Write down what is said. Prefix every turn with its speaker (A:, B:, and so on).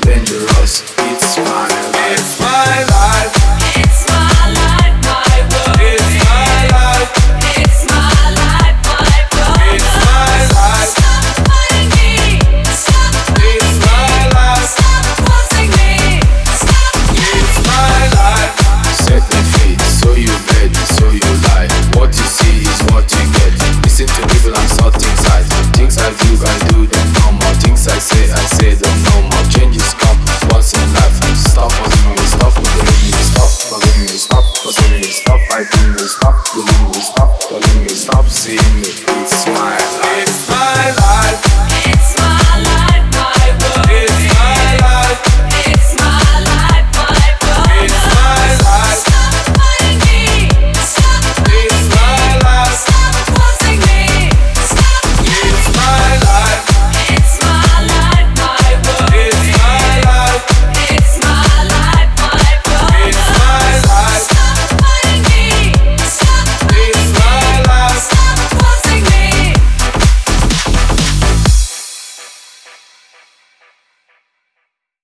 A: dangerous. It's my life. It's my life.
B: It's